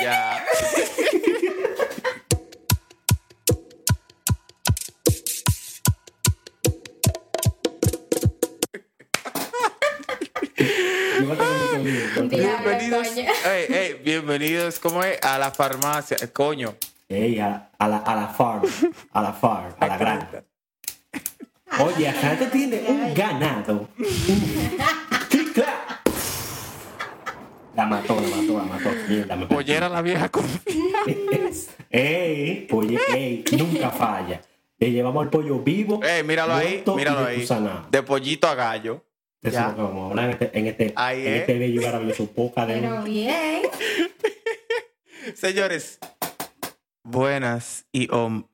Ya. Diablo, bienvenidos. coño. Ey, ey, bienvenidos, ¿cómo es? A la farmacia. Eh, Coño. Ey, a, a la, a la farm, a la farm, a la granja. Oye, acá tú tienes un ganado. Clic, clac. La mató, la mató, la mató. Mierda, me perdí. Pollera la vieja confiable. Ey, oye, ey, nunca falla. Le llevamos el pollo vivo. Ey, míralo ahí, muerto y míralo ahí. deshusanado. De pollito a gallo. De Eso Ya. es lo que vamos a hablar en este, en este, Ahí en es. este bello maravilloso poca de Pero bien. Señores, buenas y hom-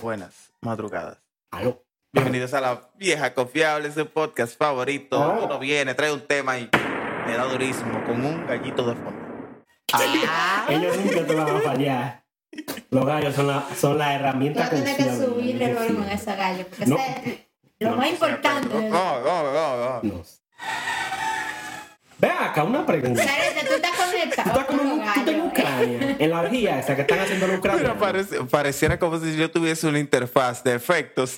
buenas madrugadas. Aló. Bienvenidos a la vieja confiable, su podcast favorito. Oh. Uno viene, trae un tema y me da durísimo con un gallito de fondo. Ellos nunca te van a fallar. Los gallos son la, son la Tú vas herramienta a tener que confiable, subirle el yo volumen a confío. ese gallo. Porque No. ese- lo No, más importante. No, no, no, no. No. Ve acá una pregunta. Espérate, tú estás Tú conectado estás como con en, los tú estás en gallos. Ucrania, en la orgía esa que están haciendo los Mira, ucranianos. parece- pareciera como si yo tuviese una interfaz de efectos.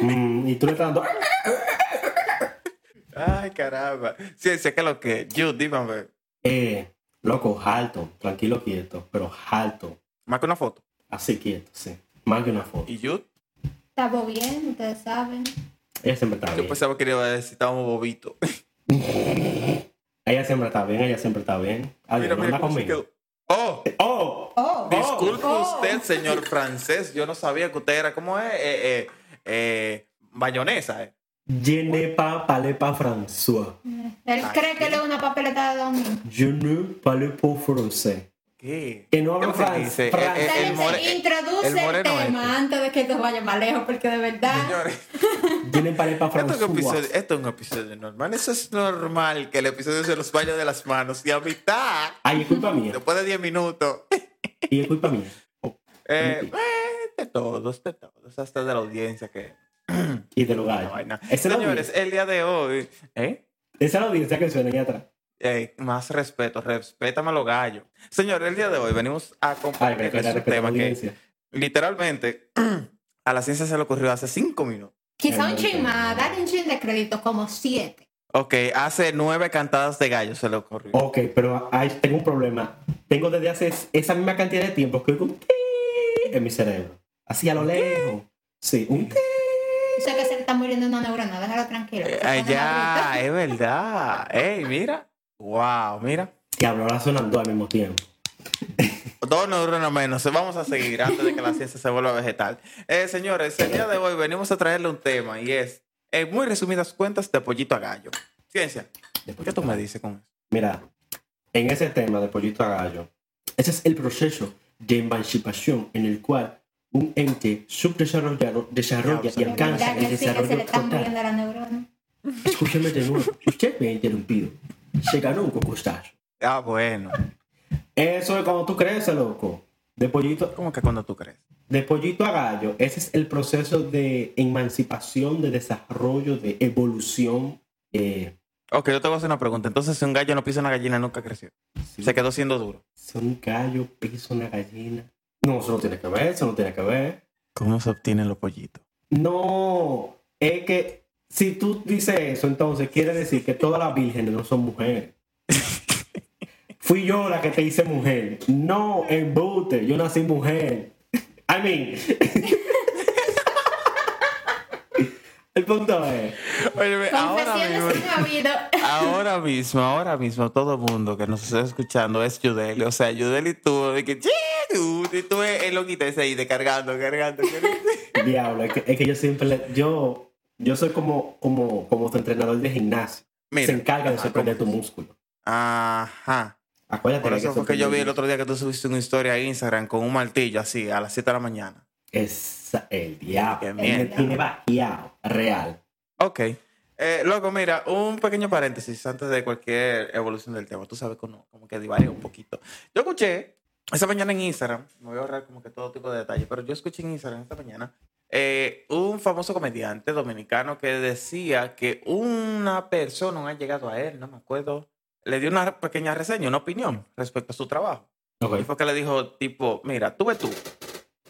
Mm, y tú le estás dando. Ay, caramba. Sí, sé que lo que. Yo, dígame. Eh, loco, alto, tranquilo, quieto, pero alto, Marca una foto. así quieto, sí. Más que una foto. ¿Y yo? Estamos bien, ustedes saben. Ella siempre está Yo bien. pensaba que le iba a decir, estábamos bobito. Ella siempre está bien, ella siempre está bien. Adiós, Mira, no mira anda cómo se conmigo. quedó. ¡Oh! Oh, Oh, Disculpe Oh. usted, señor francés. Yo no sabía que usted era, ¿cómo es? Eh, eh, eh, mayonesa. eh. je ne pa parle pas François. él cree que le es una papeleta de domingo. Je ne parle pas français. ¿Qué? Que no ¿Qué hablo es lo que fran- dice? fran- Eh, eh, el more- Ustedes introduce el el, moreno tema este. antes de que te vaya más lejos, porque de verdad. eh, Señores, Je ne parle pas esto es, un episodio, François. esto es un episodio normal. Eso es normal que el episodio se los vaya de las manos. Y a mitad, Ay, es culpa mía. después de 10 minutos, Y es culpa mía. Oh, eh, eh, de todos, de todos, hasta de la audiencia que. y de los la gallos. vaina. Esa es la Señores, el día de hoy, ¿eh? Esa es la audiencia que suena allá atrás. Eh, más respeto, respétame a los gallos. Señores, el día de hoy venimos a Ay, pero que compartirles la un tema que audiencia. literalmente a la ciencia se le ocurrió hace cinco minutos. Quizá un Realmente. chin más, dale un chin de crédito, como siete. Ok, hace nueve cantadas de gallo se le ocurrió. Ok, pero ahí tengo un problema. Tengo desde hace es- esa misma cantidad de tiempo que oigo un ti en mi cerebro. Así a lo lejos. Sí, un ti. Yo sé que se le está muriendo una neurona, déjalo tranquilo. Eh, Se pone ay, ya, madurito. es verdad. Ey, mira. Wow, mira. Que ahora sonando al mismo tiempo. Dos neuronas menos. Vamos a seguir antes de que la ciencia se vuelva vegetal. Eh, señores, el día de hoy venimos a traerle un tema y es, en muy resumidas cuentas, de pollito a gallo. Ciencia, Después ¿qué tú yo- me dices con eso? Mira, en ese tema de pollito a gallo, ese es el proceso de emancipación en el cual un ente subdesarrollado desarrolla y De alcanza verdad el que sí, que se le desarrollo está total. muriendo la neurona. Escúcheme de nuevo, usted me ha interrumpido. Se ganó un cocostazo. Ah, bueno. Eso es cuando tú creces, loco. De pollito, ¿Cómo que cuando tú crees? de pollito a gallo, ese es el proceso de emancipación, de desarrollo, de evolución. eh, Ok, yo te voy a hacer una pregunta. Entonces, si un gallo no pisa una gallina, nunca creció. sí. Se quedó siendo duro. Si un gallo pisa una gallina. No, eso no tiene que ver, eso no tiene que ver. ¿Cómo se obtienen los pollitos? No, es que si tú dices eso, entonces quiere decir que todas las vírgenes no son mujeres. Fui yo la que te hice mujer. No, embute, yo nací mujer. I mean. El punto es, Oye, ahora mismo, Confesiones sin habido. ahora mismo, ahora mismo, todo el mundo que nos está escuchando es Yudeli. O sea, Yudeli tú, de que, "Sí, tú, y tú es el loquito ese ahí, de cargando, cargando, cargando. diablo, es que, es que yo siempre, le- yo, yo soy como, como, como tu entrenador de gimnasio. Mira. Se encarga de Ajá, sorprender tu músculo. Ajá. Acuérdate Por de que eso fue que yo vi el sorprender- otro día que tú subiste una historia a Instagram con un martillo así, a las 7 de la mañana. Es el diablo. Qué Él me mierda. tiene vaqueado, real. Ok. Eh, loco, mira, un pequeño paréntesis antes de cualquier evolución del tema. Tú sabes que uno como que divaga un poquito. Yo escuché esta mañana en Instagram, me voy a ahorrar como que todo tipo de detalle, pero yo escuché en Instagram esta mañana eh, un famoso comediante dominicano que decía que una persona, un llegado a él, no me acuerdo, le dio una pequeña reseña, una opinión respecto a su trabajo. Ok. Y fue que le dijo, tipo, mira, tú ves tú,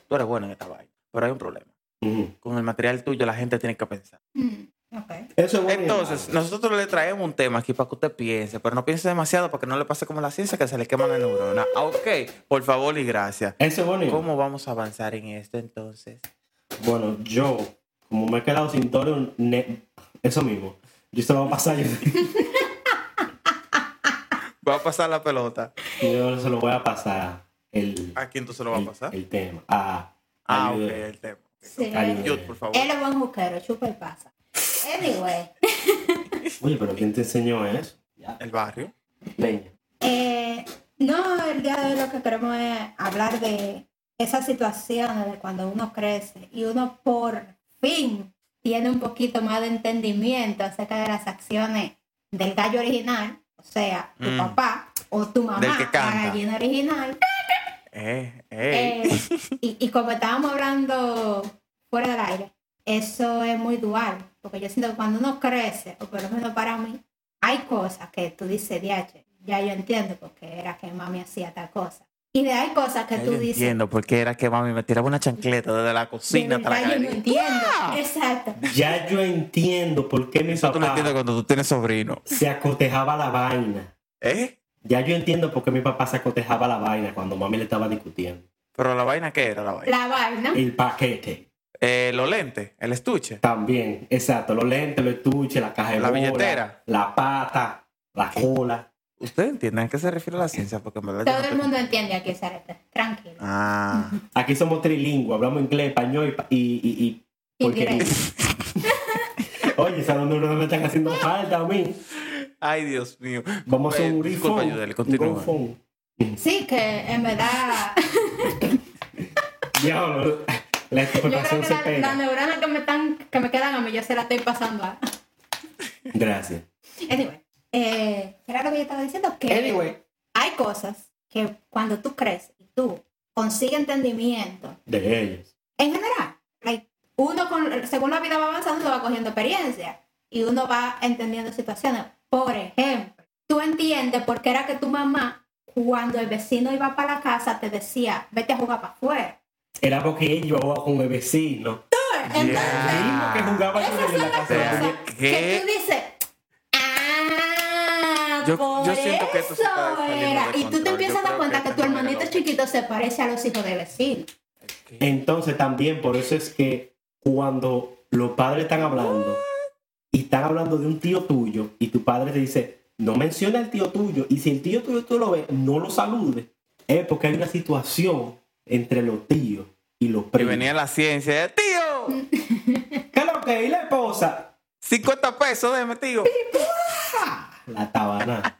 tú eres bueno en esta vaina, pero hay un problema. Ujú. Con el material tuyo la gente tiene que pensar. Mm, ok. Eso es bueno. y Entonces, malo. nosotros le traemos un tema aquí para que usted piense, pero no piense demasiado para que no le pase como la ciencia que se le queman las neuronas. Ah, Ok, por favor y gracias. Eso es bueno. y malo. ¿Cómo vamos a avanzar en esto entonces? Bueno, yo, como me he quedado sin toro, ne- eso mismo. Yo se lo voy a pasar. Yo, Va a pasar la pelota. yo se lo voy a pasar. El, ¿A quién tú se Ah, lo vas a el- pasar? El, tema. Ah, Ah, ok, ayuda. el tema. Sí. Ayuda. Yud, por favor. Él es buen juquero, chupa el pasa. Anyway, Oye, pero ¿quién te enseñó eso? Ya. El barrio. Leña. eh, no, el día de hoy lo que queremos es hablar de esas situaciones de cuando uno crece y uno por fin tiene un poquito más de entendimiento acerca de las acciones del gallo original, o sea, tu Mm. papá o tu mamá, Del que canta. la gallina original. Eh, eh. Eh, y, y como estábamos hablando fuera del aire, eso es muy dual, porque yo siento que cuando uno crece, o por lo menos para mí, hay cosas que tú dices, diache, ya yo entiendo porque era que mami hacía tal cosa. Y de hay cosas que Ya tú yo dices, entiendo por qué era que mami me tiraba una chancleta desde la cocina ¡Ah! de hasta la verdad yo no galería. entiendo. Exacto. Ya yo entiendo por qué mi Eso tú lo entiendes papá cuando tú tienes sobrino. se acotejaba la vaina. ¿Eh? Ya yo entiendo por qué mi papá se acotejaba la vaina cuando mami le estaba discutiendo. Pero la vaina, ¿qué era la vaina? La vaina. El paquete. Eh, los lentes, el estuche. También, exacto. Los lentes, los estuches, la caja de La bola, billetera. La pata, la cola. ¿Ustedes entienden a qué se refiere la ciencia? Porque en verdad yo Todo no el te- mundo entiende aquí, Sarete. Tranquilo. Ah. Aquí somos trilingües, hablamos inglés, español y... pa- y, y, y porquería. Indirecto. Oye, esas no me están haciendo falta a mí. Ay, Dios mío. Vamos a hacer Eh, un Disculpa, rifón. Yudeli, un continúa. confón. Sí, que en verdad, Diablo, la yo creo estupefación que se la- las pega. neuronas que me, están, que me quedan a mí, yo se las estoy pasando a... Gracias. Anyway, eh, ¿qué era lo que yo estaba diciendo que Anyway. hay cosas que cuando tú creces y tú consigues entendimiento, De ellos. en general, like, uno con, según la vida va avanzando, uno va cogiendo experiencia y uno va entendiendo situaciones. Por ejemplo, tú entiendes por qué era que tu mamá, cuando el vecino iba para la casa, te decía, vete a jugar para afuera. Era porque ella jugaba con el vecino. Entonces, Ah. El mismo que jugaba con esas él en son la las casa. de la Oye, cosas mujer. ¿qué? que tú dices, ah, Yo- por yo siento que esto se está eso saliendo de era. Y tú control. te Yo empiezas a dar creo cuenta que que, tu esta no era hermanito la- chiquito se parece a los hijos de vecino. Entonces también por eso es que cuando los padres están hablando y están hablando de un tío tuyo y tu padre te dice, no menciona al tío tuyo y si el tío tuyo tú lo ves, no lo saludes. Es porque hay una situación entre los tíos y los Y primos. venía la ciencia. eh, ¡Tío! ¿Qué es lo que? ¿Y la esposa? 50 pesos, déjeme, tío. La tabana.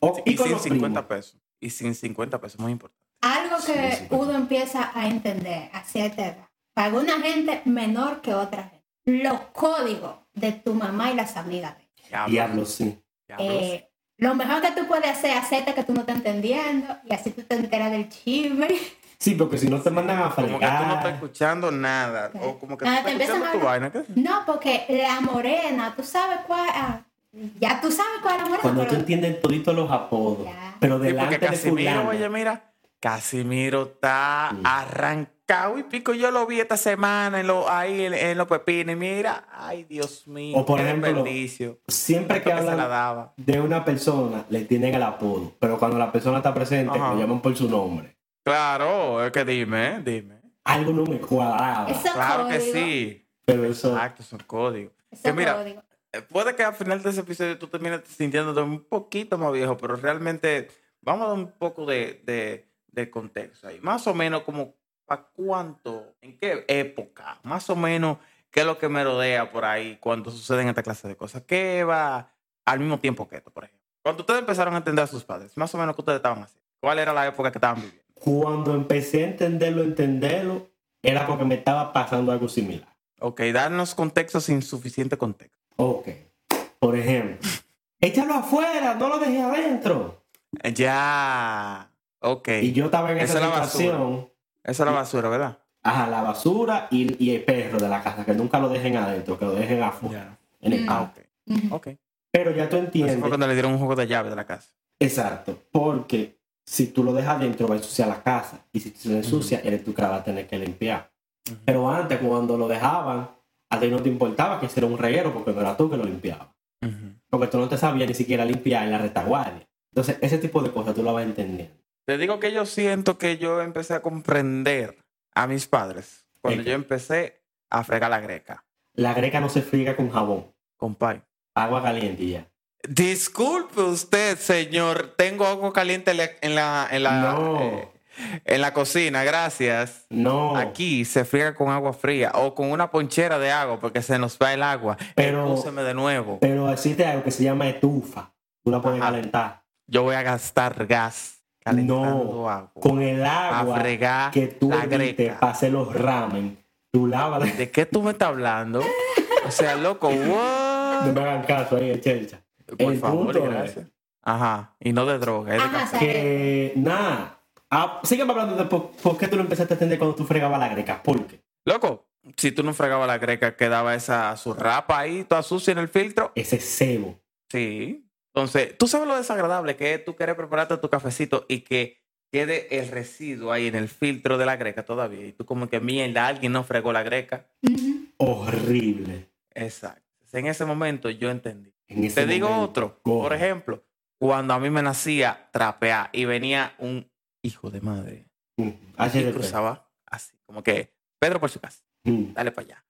O- y Y con sin los 50 primos. pesos. Y sin 50 pesos, muy importante. Algo que Sí, sí. uno empieza a entender a cierta edad. Para una gente menor que otra gente. Los códigos de tu mamá y las amigas de ella. Diablos, Diablo, sí. diablos. Eh, lo mejor que tú puedes hacer es hacerte que tú no estás entendiendo y así tú te enteras del chisme. Sí, porque si no te mandan a Como que tú no estás fregar. escuchando nada. O como que tú Ah, estás te empiezan escuchando tu a vaina. ¿qué? No, porque la morena, tú sabes cuál. ah, ya tú sabes cuál es la morena. Cuando tú pero- entiendes toditos los apodos. Ya. Pero Sí, porque delante de Casimiro, fulano. oye, mira, Casimiro está arrancado y pico. Yo lo vi esta semana en lo, ahí en, en los pepines. Mira, ay, Dios mío. O por qué ejemplo, desperdicio. Siempre que Tanto que se la hablan daba. de una persona, le tienen el apodo. Pero cuando la persona está presente, Ajá. lo llaman por su nombre. Claro, es que dime, eh, dime. Algo no me cuadraba. Eso Claro que código, sí. Pero eso. Exacto, son códigos. eso Que mira, código. eh, puede que al final de ese episodio tú termines sintiéndote un poquito más viejo, pero realmente vamos a dar un poco de, de- de contexto ahí. Más o menos como para cuánto, en qué época, más o menos qué es lo que me rodea por ahí cuando suceden esta clase de cosas. ¿Qué va al mismo tiempo que esto, por ejemplo? Cuando ustedes empezaron a entender a sus padres, más o menos qué ustedes estaban haciendo. ¿Cuál era la época que estaban viviendo? Cuando empecé a entenderlo, entenderlo, era porque me estaba pasando algo similar. Ok, darnos contexto sin suficiente contexto. Ok. Por ejemplo, échalo afuera, no lo dejé adentro. Ya. Ok. Y yo estaba en Esa esa es la basura. situación. Esa era basura, ¿verdad? Ajá, la basura y, y el perro de la casa, que nunca lo dejen adentro, que lo dejen afuera. en el Mm. Ah, patio. ok. Ujú. Ok. Pero ya tú Eso fue entiendes. cuando le dieron un juego de llave de la casa. Exacto, porque si tú lo dejas dentro va a ensuciar la casa. Y si se ensucia, eres tú que la vas a tener que limpiar. Pero antes, cuando lo dejaban, a ti no te importaba que era un reguero porque no era tú que lo limpiaba. Porque tú no te sabías ni siquiera limpiar en la retaguardia. Entonces, ese tipo de cosas tú lo vas entendiendo. Te digo que yo siento que yo empecé a comprender a mis padres cuando Ok. yo empecé a fregar la greca. La greca no se friega con jabón, Compadre. agua caliente y ya. Disculpe usted, señor. Tengo agua caliente en la, en la, en la, No. eh, en la cocina, gracias. No, Aquí se friega con agua fría o con una ponchera de agua porque se nos va el agua. Pero- Úseme de nuevo. pero existe algo que se llama estufa. Tú la puedes Ajá. calentar Yo voy a gastar gas calentando No. agua. con el a agua fregar que tú la herviste greca. para hacer los ramen. Tú lavas la... ¿De qué tú me estás hablando? O sea, loco, what? No me hagan caso ahí, el chelcha. Por El favor, y punto es- gracias. Ajá, y no de droga, es de Ajá, café. o sea, Que nada. Ah, sígueme hablando de por, por qué tú lo empezaste a entender cuando tú fregabas la greca. ¿Por qué? Loco, si tú no fregabas la greca, quedaba esa su rapa ahí, toda sucia en el filtro. Ese cebo. Sí. Entonces, tú sabes lo desagradable que es tú quieres prepararte tu cafecito y que quede el residuo ahí en el filtro de la greca todavía. Y tú como que mierda, alguien no fregó la greca. ujú. Horrible. Exacto. En ese momento yo entendí. En ese Te digo momento. otro. cojo. Por ejemplo, cuando a mí me nacía trapear y venía un hijo de madre Mm, y HDP. cruzaba así, como que Pedro por su casa, Mm. dale para allá.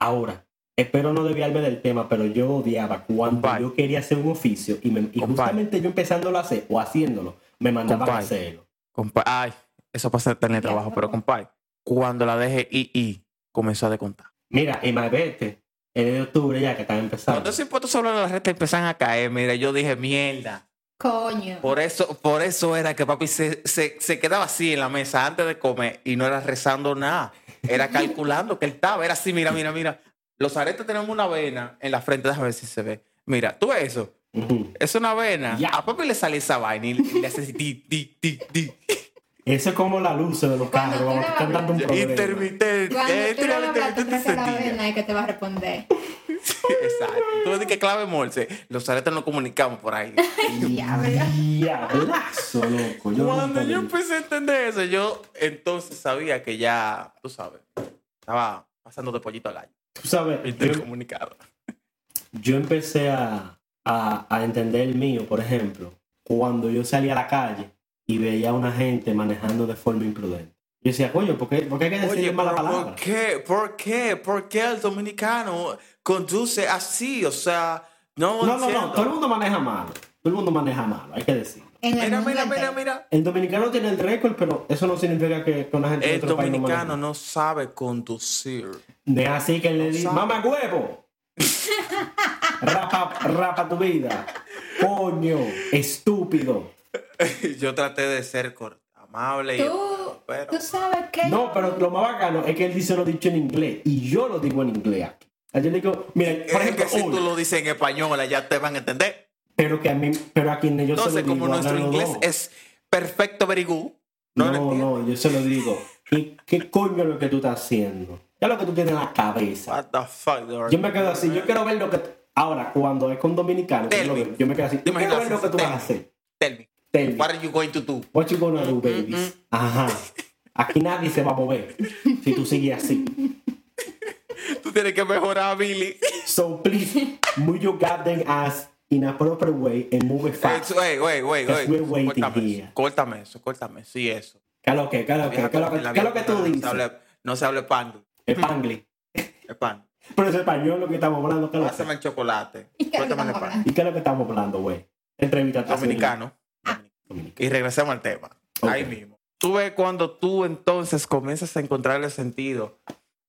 Ahora, espero no desviarme del tema, pero yo odiaba cuando Compay. yo quería hacer un oficio y, me- y Compay. justamente yo empezándolo a hacer o haciéndolo, me mandaban a Compay. hacerlo. Compa- Ay, eso pasa en el trabajo, pero compadre, cuando la dejé y comenzó a descontar. Mira, y más vete, en de octubre ya que están empezando. Cuando esos impuestos sobre la renta empezaron a caer, mira, yo dije, mierda. Coño. Por eso, por eso era que papi se, se- se quedaba así en la mesa antes de comer y no era rezando nada. Era calculando que él estaba. Era así, mira, mira, mira. Los aretes tenemos una vena en la frente, déjame ver si se ve. Mira, tú ves eso. Ujú. Es una vena. Ya. A papi le sale esa vaina y le hace así, ti, ti, ti, ti. Eso es como la luz de los Cuando carros, tú vamos, la están dando un problema. Intermitente. Cuando eh, tú tira la no lo hablas, tú intermitente crees que la sentida. vaina es que te va a responder. Exacto. Tú dices que clave morse. Los aretes no comunicamos por ahí. Diablo. Diablazo, loco. Yo Cuando nunca yo vi. empecé a entender eso, yo entonces sabía que ya, tú sabes, estaba pasando de pollito a gallo, Tú sabes, yo, intercomunicado. yo empecé a, a- a entender el mío, por ejemplo, cuando yo salía a la calle y veía a una gente manejando de forma imprudente. Yo decía, coño, ¿por qué, por qué hay que decir Oye, mala pero palabra? ¿por qué? ¿Por qué? ¿Por qué el dominicano conduce así? O sea, no No, no, entiendo. no, todo el mundo maneja mal. Todo el mundo maneja mal, hay que decirlo. En el Mira, mundo mira, mira, entero. mira. El dominicano tiene el récord, pero eso no significa que con la gente de El otro país no maneja. dominicano no sabe conducir. De así que le dice, sabe. mamá huevo. rapa, rapa tu vida. Coño, estúpido. yo traté de ser cor- amable y... Tú, Pero- tú sabes que. No, pero lo más bacano es que él dice lo dicho en inglés y yo lo digo en inglés. aquí. O sea, Yo le digo, mira, Es por ejemplo, que si hoy, tú lo dices en español, allá te van a entender. pero que a mí, pero a quien yo se Entonces, lo digo, como nuestro hablan los inglés dos. es perfecto, very good, no, lo No, no, entiendo. yo se lo digo. ¿Qué, qué coño es lo que tú estás haciendo? ¿Qué es lo que tú tienes en la cabeza? What the fuck, dude? Yo me quedo así, yo quiero ver lo que. Ahora, cuando es con dominicano, yo, Eh. Tell lo me. veo, yo me quedo así, yo Dime quiero qué ver lo que haces, tú tell vas a me. hacer. Tell me, Tell me. what are you going to do? What you gonna do, babies? Ajá. Aquí nadie se va a mover si tú sigues así. Tú tienes que mejorar, Billy. So please, move your goddamn ass in a proper way and move it fast. Eso, Wey, wey, wey, That's wey. we're waiting Córtame here. eso, córtame eso, córtame. Sí, eso. ¿Qué es lo que, qué es lo que, qué Vieja es lo que, colombiana, qué es lo que tú vieja dices? colombiana, No se hable, no se hable pan, Spanglish. es pan. Pero es español lo que estamos hablando, ¿qué es lo que? Pásame el chocolate. ¿Y qué Córtame el estamos pan. hablando? ¿Y qué es lo que estamos hablando, güey? Entrevista Dominicano. Dominicano. Y regresemos al tema. Ok. Ahí mismo. Tú ves cuando tú entonces comienzas a encontrarle sentido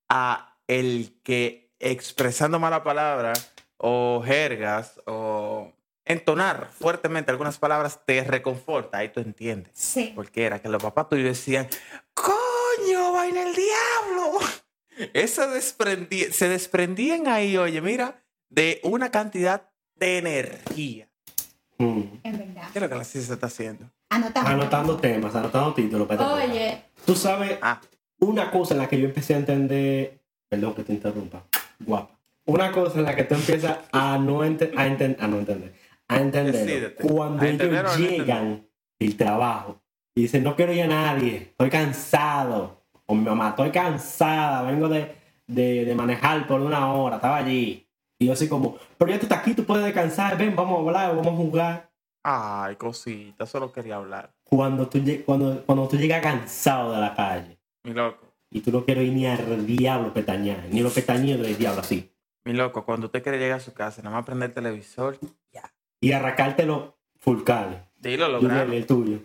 a el que expresando mala palabra o jergas o entonar fuertemente algunas palabras te reconforta. Ahí tú entiendes. Sí. Porque era que los papás tuyos decían, coño, vaina el diablo. Eso desprendí- se desprendían ahí, oye, mira, de una cantidad de energía. Mm. En verdad. ¿Qué es lo que la ciencia está haciendo? Anotamos. Anotando temas, anotando títulos. para esta cosa. Oye, Tú sabes, Ah, una cosa en la que yo empecé a entender, perdón que te interrumpa, guapa. Una cosa en la que tú empiezas a no, ente- a enten- a no entender, a entender, Decídete. cuando A ellos entender o a no llegan del trabajo y dice, no quiero ir a nadie, estoy cansado. O mi mamá, estoy cansada, vengo de, de, de manejar por una hora, estaba allí. Y yo así como, pero ya tú estás aquí, tú puedes descansar, ven, vamos a hablar, vamos a jugar. Ay, cosita, solo quería hablar. Cuando tú, lleg- cuando, cuando tú llegas cansado de la calle Mi loco, y tú no quieres ir ni al diablo petañar, ni los petañeros del diablo así. mi loco, cuando usted quiere llegar a su casa, nada más prender el televisor, Y arrancártelo fulcales, dilo, yo logrado. el tuyo.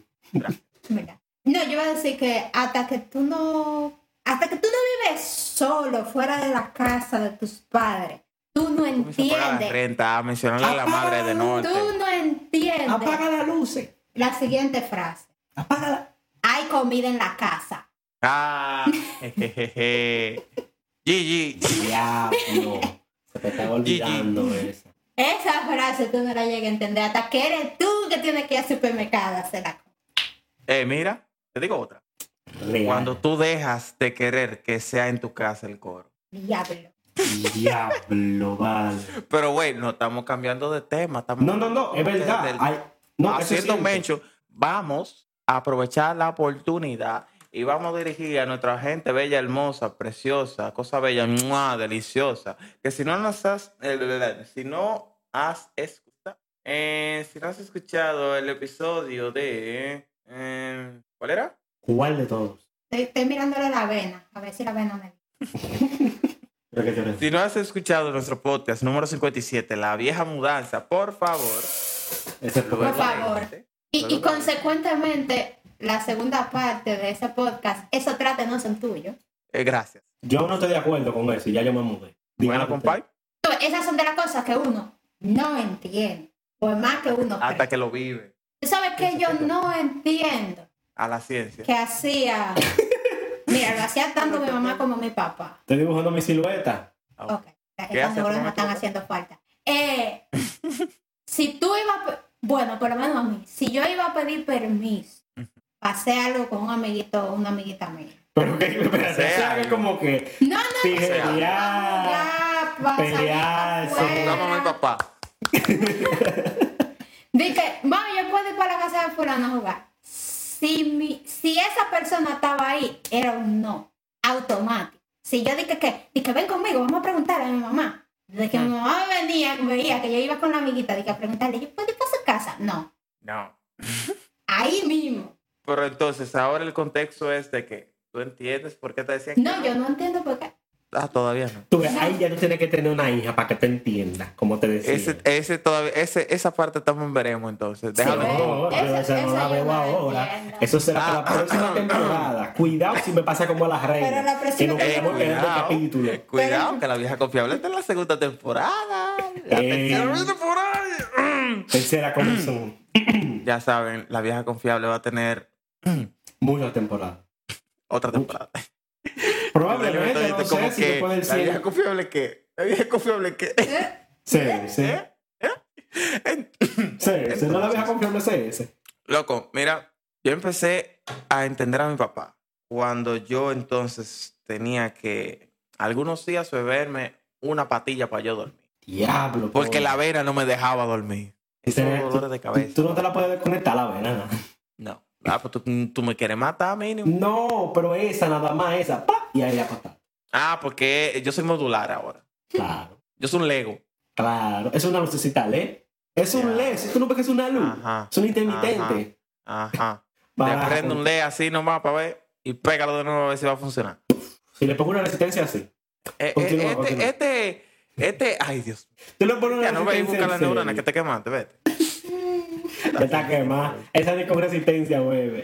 Mira, No, yo iba a decir que hasta que tú no, hasta que tú no vives solo, fuera de la casa de tus padres, tú no ¿Cómo se paga la entiendes, renta? ah, Mencionarle a la madre de norte. tú no entiendes Apaga las luces, la siguiente frase. apaga la... Hay comida en la casa. Ah, jejeje. Gigi. Diablo, se te estaba olvidando eso. Esa frase tú no la llegas a entender hasta que eres tú que tienes que ir al supermercado a hacer la compra. Eh, mira, te digo otra. Real. Cuando tú dejas de querer que sea en tu casa el coro. Diablo. Diablo, vale. Pero bueno, estamos cambiando de tema. Estamos No, no, no, es verdad. del- Ay, no, eso es haciendo cierto. mention, vamos a aprovechar la oportunidad y vamos a dirigir a nuestra gente bella, hermosa, preciosa, cosa bella, ¡mua! deliciosa. Que si no nos has, eh, si no has escuchado, eh, si no has escuchado el episodio de, eh, ¿cuál era? ¿Cuál de todos? Estoy, estoy mirándole la vena, a ver si la vena me... Creo que te lo- Si no has escuchado nuestro podcast número 57, la vieja mudanza, por favor. Ese fue- luego favor. este. Y, y Claro. consecuentemente, la segunda parte de ese podcast, esos trates no son tuyos. Eh, gracias. Yo no estoy de acuerdo con eso, ya yo me mudé. Dígame Bueno, usted. compadre, Tú, Esas son de las cosas que uno no entiende, por más que uno cree. hasta que lo vive ¿Tú sabes que yo no entiendo a la ciencia. que hacía... Mira, lo hacía tanto mi mamá como mi papá. Estoy dibujando mi silueta. Ok, las ¿Qué hace estas tu neuronas mamá y tu están papá? haciendo falta. Eh, si tú ibas... a pe- Bueno, por lo menos a mí. Si yo iba a pedir permiso para hacer algo con un amiguito o una amiguita mía. Pero que espérate, sea, o sea, que no. como que No, no, tijerear. Ya, pa- salir pelearse. afuera. Vamos a ver, papá. Dije, mami, yo puedo ir para la casa de fulano a jugar. Si, mi, si esa persona estaba ahí, era un no, automático. Si yo dije que, dije, ven conmigo, vamos a preguntarle a mi mamá. Desde que mi mamá venía, veía que yo iba con la amiguita, dije, a preguntarle, ¿yo puedo ir para su casa? No, No. ahí mismo. Pero entonces, ahora el contexto es de que tú entiendes por qué te decían que No, yo no entiendo por qué. Ah, todavía no. Tú ves, ahí ya tú tienes que tener una hija para que te entienda, como te decía. Ese, ese todavía, ese, esa parte estamos en veremos entonces. Déjalo. Sí, en- No, Eso- pero esa no eso la yo veo no ahora. entiendo. Eso será para Ah, la próxima temporada. Cuidado si me pasa como a las reinas. Pero la próxima que nos Eh, Eh, quedamos en el capítulo. cuidado, cuidado, que la vieja confiable está en la segunda temporada. La Eh. tercera temporada. Tercera comenzó. Ya saben, la vieja confiable va a tener Muchas temporadas. otra temporada. Probablemente, no Entonces, sé como si que después del la vieja 100. confiable que, la vieja confiable que. Sí, sí. ¿Eh? ¿Eh? Sí, sí, no la vieja confiable CS. Loco, mira, yo empecé a entender a mi papá cuando yo entonces tenía que algunos días beberme una patilla para yo dormir. Diablo. Porque pobre. la vena no me dejaba dormir. Esos Tenés- dolores de Tú- cabeza. Tú no te la puedes desconectar la vena. No. Ah, pues tú, tú me quieres matar, mínimo. No, pero esa, nada más esa. ¡pa! Y ahí acostada. Ah, porque yo soy modular ahora. Claro, Yo soy un Lego. claro. Es una lucecita LED. Es Ya. un LED. Si tú no ves que es una luz, Ajá. es un intermitente. Ajá. Para- Le prendo un LED así nomás para ver y pégalo de nuevo a ver si va a funcionar. Si le pongo una resistencia así. Eh, eh, Continúa, este, continúa. este, este, ay Dios. Tú le pones una Ya no ve y busca resistencia la en serie. neurona que te quemaste, vete. Mm. Ya está quemada. Esa ni con resistencia, güey.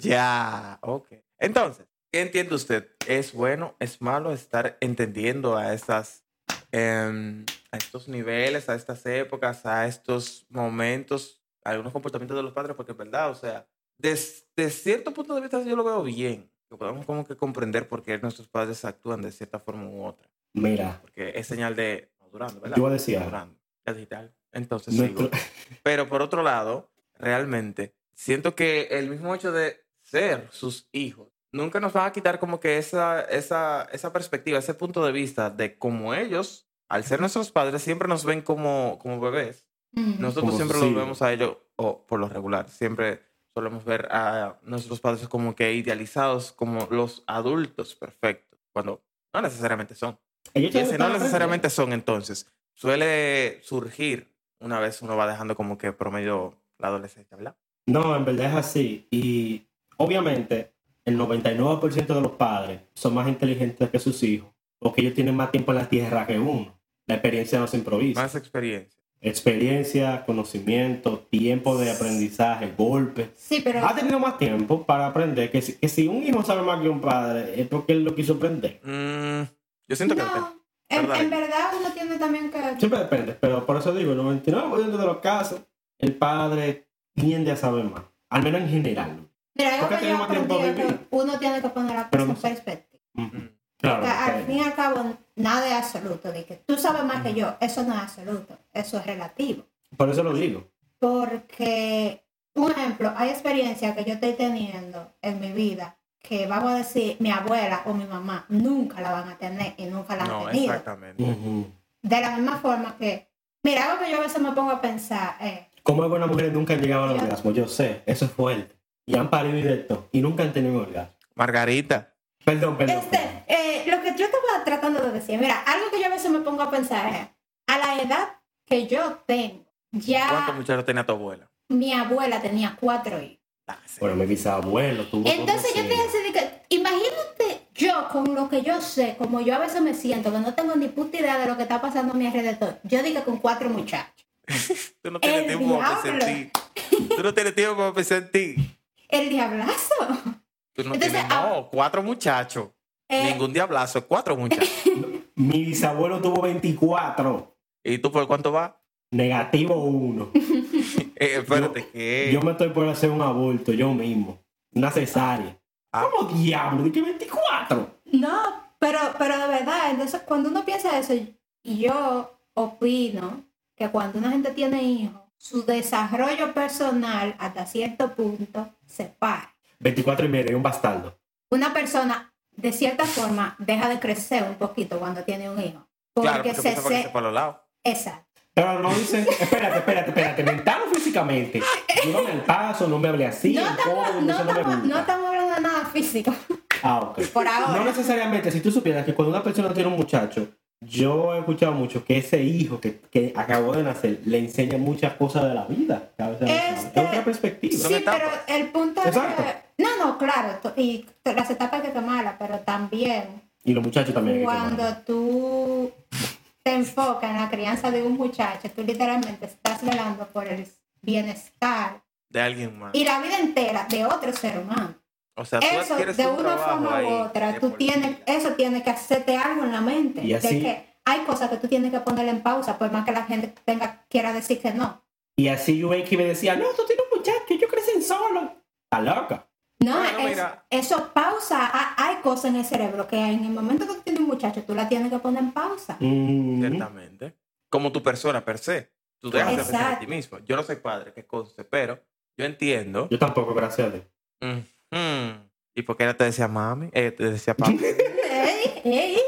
Ya, ok. Entonces, ¿qué entiende usted? ¿Es bueno, es malo estar entendiendo a estas, em, a estos niveles, a estas épocas, a estos momentos, algunos comportamientos de los padres? Porque es verdad, o sea, desde cierto punto de vista yo lo veo bien, que podamos como que comprender por qué nuestros padres actúan de cierta forma u otra, Mira, porque es señal de madurando, ¿verdad? yo decía, Madurando, ya digital. Entonces, sigo. nuestro- Pero por otro lado, realmente, siento que el mismo hecho de ser sus hijos nunca nos va a quitar como que esa, esa, esa perspectiva, ese punto de vista de cómo ellos, al ser nuestros padres, siempre nos ven como, como bebés. Mm. Nosotros Como siempre sus los hijos. vemos a ellos, o por lo regular, siempre solemos ver a nuestros padres como que idealizados como los adultos perfectos, cuando no necesariamente son. Ellos Y tienen ese que no estar al frente. necesariamente son entonces. Suele surgir una vez uno va dejando como que promedio la adolescencia, ¿verdad? No, en verdad es así. Y obviamente el 99% de los padres son más inteligentes que sus hijos, porque ellos tienen más tiempo en la tierra que uno. La experiencia no se improvisa. Más experiencia. Experiencia, conocimiento, tiempo de aprendizaje, golpes. Sí, pero Ha tenido más tiempo para aprender que si, que si un hijo sabe más que un padre es porque él lo quiso aprender. Mm, yo siento que depende. no. En, Perdón. en verdad uno tiene también que... Siempre depende, pero por eso digo, el 99% de los casos, el padre tiende a saber más. Al menos en general. Mira, algo Porque que yo tenemos tiempo aprendí es de que uno tiene que poner la Pero cosa en no sé. perspectiva. Ujú. Mm. Claro. Porque al claro. fin y al cabo, nada es absoluto. De que tú sabes más que yo, eso no es absoluto, eso es relativo. Por eso lo digo. Porque, por ejemplo, hay experiencias que yo estoy teniendo en mi vida que vamos a decir, mi abuela o mi mamá nunca la van a tener y nunca la han Mm, No, tenido. exactamente. Ujú. De la misma forma que, mira, algo que yo a veces me pongo a pensar, eh, ¿Cómo algunas mujeres nunca han llegado al orgasmo? Yo sé, eso es fuerte. Y han parido directo y nunca han tenido orgasmo. Margarita. Perdón, perdón. Este, eh, lo que yo estaba tratando de decir, mira, algo que yo a veces me pongo a pensar es, a la edad que yo tengo, ¿Cuántos ya muchachos tenía tu abuela? mi abuela tenía cuatro hijos. Ah, sí. Bueno, mi bisabuelo tuvo. Entonces yo como te cinco. decía, que, imagínate yo con lo que yo sé, como yo a veces me siento, que no tengo ni puta idea de lo que está pasando a mi alrededor. Yo digo con cuatro muchachos. Tú no tienes El tiempo para diablo. pensar en ti. Tú no tienes tiempo para pensar en ti. El diablazo. Tú no Entonces, tienes. ah- No, cuatro muchachos. Eh, Ningún diablazo, cuatro muchachos. Mi bisabuelo tuvo 24. ¿Y tú por cuánto vas? Negativo 1. Eh, espérate, que. Yo me estoy por hacer un aborto yo mismo. Una cesárea. Ah. ¿Cómo diablo? ¿De qué 24? No, pero, pero de verdad, entonces cuando uno piensa eso, y yo opino que cuando una gente tiene hijos, su desarrollo personal hasta cierto punto se para. 24 y medio, un bastardo. Una persona, de cierta forma, deja de crecer un poquito cuando tiene un hijo. Porque, claro, porque se, piensa para que se- sea para los lados. Exacto. Pero no dice, espérate, espérate, espérate, mental o físicamente. Llévame al paso, no me hable así. no, el estamos, codo, no, eso me estamos, no gusta. estamos hablando de nada físico. Ah, ok. Por ahora. No necesariamente, si tú supieras que cuando una persona tiene un muchacho, yo he escuchado mucho que ese hijo que, que acabó de nacer le enseña muchas cosas de la vida. que a veces no sabe. Este- Es otra perspectiva. Son Sí, pero etapas. el punto es Exacto. que... No, no, claro. to- Y to- las etapas hay que tomarlas, pero también Y los muchachos también. hay que cuando tomarlo. tú te enfocas en la crianza de un muchacho, tú literalmente estás velando por el bienestar De alguien más. y la vida entera de otro ser humano. O sea, tú Eso, adquieres de un una trabajo forma ahí, u otra, de tú por tienes, vida. eso tiene que hacerte algo en la mente. Y de así- que hay cosas que tú tienes que poner en pausa, por más que la gente tenga, quiera decir que no. Y así yo veía que me decía, no, tú tienes un muchacho, ellos crecen solos. Está loca. No, Bueno, es- mira. eso pausa. Ha- Hay cosas en el cerebro que en el momento que tú tienes un muchacho, tú la tienes que poner en pausa. Mm. Ciertamente. Como tu persona per se. Tú te Claro. dejas de pensar en Exacto. ti mismo. Yo no soy padre, qué cosa, pero yo entiendo. Yo tampoco, gracias a Dios. Ujú. ¿Y por qué era te decía mami? Eh, te decía papi. Ey, ey.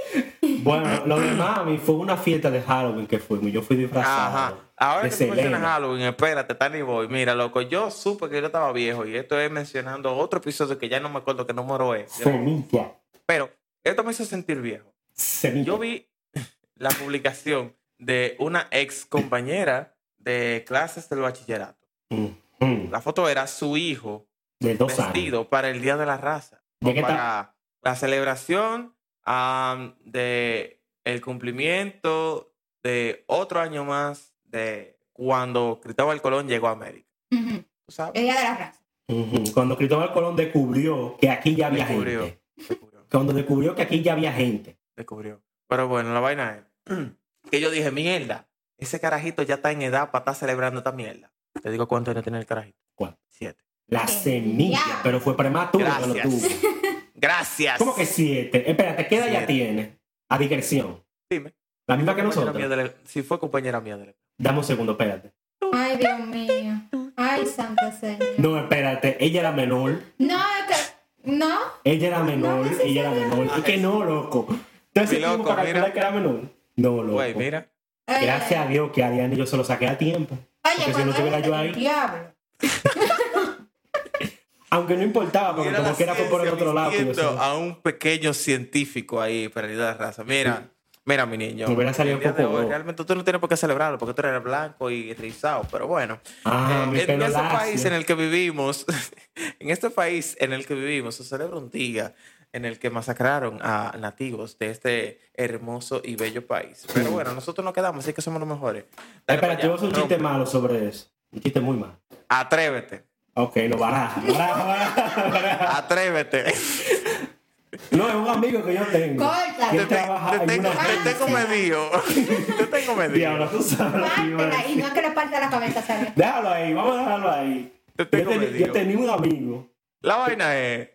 Bueno, lo de mami fue una fiesta de Halloween que fuimos. Yo fui disfrazado. Ajá. Ahora de que tú mencionas Selena. Halloween, espérate, Tani Boy. Mira, loco, yo supe que yo estaba viejo y esto es mencionando otro episodio que ya no me acuerdo qué número es. Semilla. Pero esto me hizo sentir viejo. Semilla. Yo vi la publicación de una ex compañera de clases del bachillerato. Mm. La foto era su hijo De dos años. vestido para el Día de la Raza. ¿De o qué ta- para la celebración am, de el cumplimiento de otro año más de cuando Cristóbal Colón llegó a América. Ujú. ¿Tú sabes? El día de la raza. Ujú. Cuando Cristóbal Colón descubrió que aquí ya había Descubrió. gente. Descubrió. Cuando descubrió que aquí ya había gente. descubrió. Pero bueno, la vaina es que yo dije, mierda, ese carajito ya está en edad para estar celebrando esta mierda. Te digo cuánto años tiene el carajito. ¿Cuánto? Siete. La Sí. semilla. Ya. Pero fue prematuro que lo Gracias. tuvo. Gracias. ¿Cómo que siete? Espérate, ¿qué edad ya Siete. tiene? A digresión. Dime. La misma que Compañera mía nosotros. de la- Si fue compañera mía de la- Dame un segundo, espérate. Ay, Dios mío. Ay, Santa Señor. No, espérate. Ella era menor. No, es que. No. Ella era menor. no ella era menor. Es que no, loco. Entonces, Mi ¿cómo loco, para mira. calcular que era menor? No, loco. Güey, mira. eh, Gracias a Dios que a Diana yo se lo saqué a tiempo. Oye, porque si no cuando tuviera hay- yo ahí. Diablo. Aunque no importaba, Ah, porque Mira como la quiera fue por el ciencia otro lado. que yo vistiendo sé. a un pequeño científico ahí, perdido de raza. Mira, mira, mi niño. Me hubiera salido el día de poco hoy, bobo. Realmente tú no tienes por qué celebrarlo, porque tú eres blanco y rizado. Pero bueno, Ah, eh, mi en pelo este lacio. país en el que vivimos, en este país en el que vivimos, se celebra un día en el que masacraron a nativos de este hermoso y bello país. Pero bueno, nosotros nos quedamos, así que somos los mejores. Ay, Dale para Espera, allá, Eh, yo voy a hacer un chiste rompe. malo sobre eso. Un chiste muy malo. Atrévete, Ok, lo baraja. baraja, baraja, baraja. atrévete. No, es un amigo que yo tengo. Corta. Que Te él trabaja te, en tengo, una te tengo medido. te tengo Diablo, medido. tú sabes lo que iba a Pártela y decir. no es que le parte la cabeza, ¿sabes? Déjalo ahí, vamos a dejarlo ahí. Te Yo tengo teni- medido. yo tenía un amigo La vaina es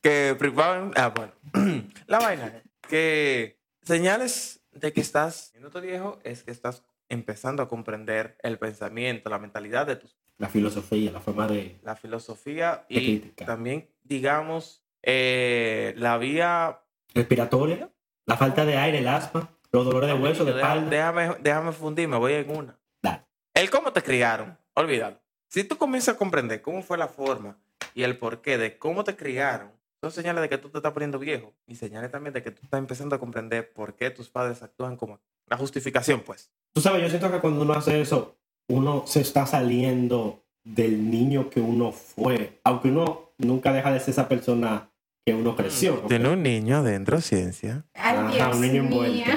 que privaban. Ah, bueno. La vaina es que señales de que estás minuto viejo es que estás empezando a comprender el pensamiento, la mentalidad de tus, la filosofía, la forma de. la filosofía De y crítica. también, digamos, eh, la vía. respiratoria, la falta de aire, el asma, los dolores de hueso, de Déjame, espalda. déjame, déjame fundir, me voy en una. Dale. El cómo te criaron, olvídalo. Si tú comienzas a comprender cómo fue la forma y el porqué de cómo te criaron, son señales de que tú te estás poniendo viejo y señales también de que tú estás empezando a comprender por qué tus padres actúan como la justificación, pues. Tú sabes, yo siento que cuando uno hace eso, uno se está saliendo del niño que uno fue, aunque uno nunca deja de ser esa persona que uno creció. ¿ok? un niño adentro, ciencia. Ay, Ajá, Dios un niño mío. envuelto.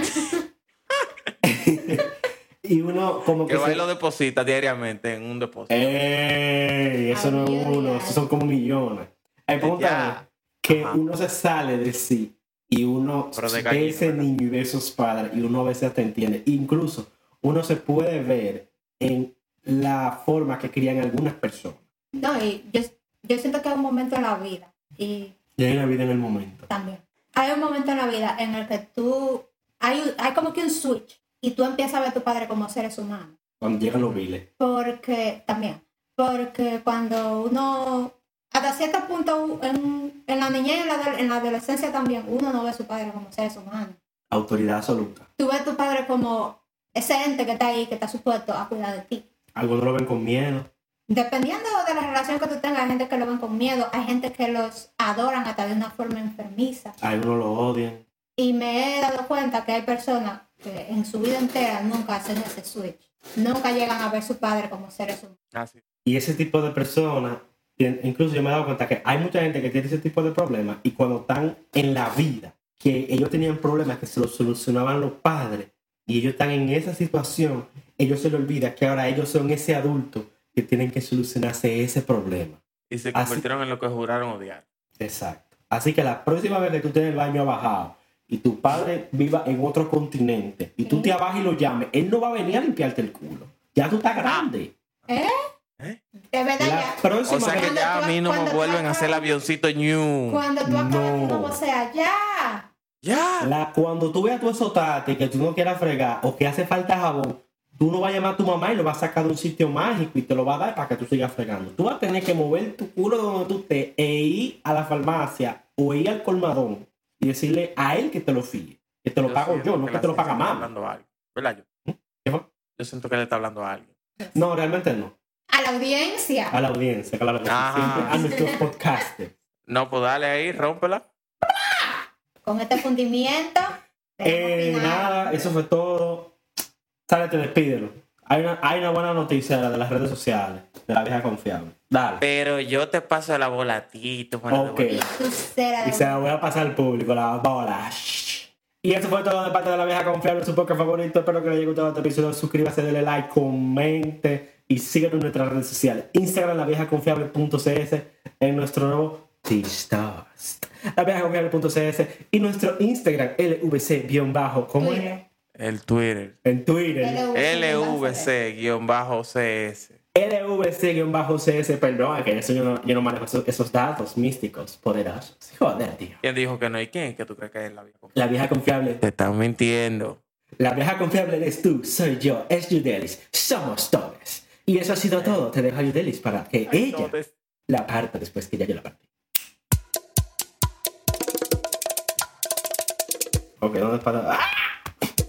Y uno como que... Que se- bailo deposita diariamente en un depósito. Eh, ¡Ey! Eso no es Ay, uno, ay. eso son como millones. Hay Ya. pregunta que Ajá. uno se sale de sí y uno Pero de ve gallina, ese ¿verdad? niño y ve sus padres y uno a veces hasta entiende. Incluso uno se puede ver en la forma que crían algunas personas. No, y yo, yo siento que hay un momento en la vida, y Y hay una vida en el momento. también, hay un momento en la vida en el que tú, hay, un- hay como que un switch, y tú empiezas a ver a tu padre como seres humanos. Cuando llegan los viles. Porque, también, porque cuando uno, hasta cierto punto, en, en la niñez y en la, adol- en la adolescencia también, uno no ve a su padre como seres humanos. Autoridad absoluta. Tú ves a tu padre como ese ente que está ahí, que está supuesto a cuidar de ti. Algunos lo ven con miedo. Dependiendo de la relación que tú tengas, hay gente que lo ven con miedo, hay gente que los adoran hasta de una forma enfermiza. Algunos lo odian. Y me he dado cuenta que hay personas que en su vida entera nunca hacen ese switch. Nunca llegan a ver a su padre como seres humanos. Así. Y ese tipo de personas, tien- incluso yo me he dado cuenta que hay mucha gente que tiene ese tipo de problemas y cuando están en la vida, que ellos tenían problemas que se los solucionaban los padres y ellos están en esa situación, ellos se les olvida que ahora ellos son ese adulto que tienen que solucionarse ese problema. Y se Así. convirtieron en lo que juraron odiar. Exacto. Así que la próxima vez que tú estés en el baño abajado y tu padre viva en otro continente y tú te abajas y lo llames, él no va a venir a limpiarte el culo. Ya tú estás grande. De verdad, La ya. próxima Ah, O sea vez... que Cuando ya tú- a mí no cuando me tú vuelven a hacer el acabas- avioncito new. Cuando tú acabas, No. tú como sea, ya. Ya. La- cuando tú veas tu esotate que tú no quieras fregar o que hace falta jabón, tú no vas a llamar a tu mamá y lo vas a sacar de un sitio mágico y te lo va a dar para que tú sigas fregando. Tú vas a tener que mover tu culo de donde tú estés e ir a la farmacia o ir al colmadón y decirle a él que te lo fíe. Que te lo pago siento yo, no que la te lo ciencia está paga mamá. hablando a alguien, ¿Verdad, yo? ¿Qué fue? Yo siento que le está hablando a alguien. No, realmente no. A la audiencia. A la audiencia, claro que sí. Ajá. Siempre A nuestros podcasters. No, pues dale ahí, rómpela. Con este fundimiento. Eh, tenemos final. nada, eso fue todo. Sálete, despídelo. Hay una, hay una buena noticia de las redes sociales, de la vieja confiable. Dale. Pero yo te paso la volatito. Ok. Y tú serás. Y se la voy a pasar al público, la bola. Shh. Y eso fue todo de parte de la vieja confiable, su podcast favorito. Espero que les haya gustado este episodio. Suscríbase, denle like, comente y síganos en nuestras redes sociales. Instagram, la vieja en nuestro nuevo T-Stars. La vieja y nuestro Instagram, LVC-bajo. ¿Cómo es? Twitter. El Twitter. En Twitter. LVC-CS. LVC-CS, perdón, que eso yo no, yo no manejo esos, esos datos místicos, poderosos. Joder, tío. ¿Quién dijo que no? ¿Y quién es que tú crees que es la vieja? La vieja confiable Te están mintiendo. La vieja confiable eres tú, soy yo, es Judelis, somos todos. Y eso ha sido todo, te dejo a Judelis para que ella Entonces, la parta después que ya yo la partí. Ok, ¿dónde para? ¡Ah!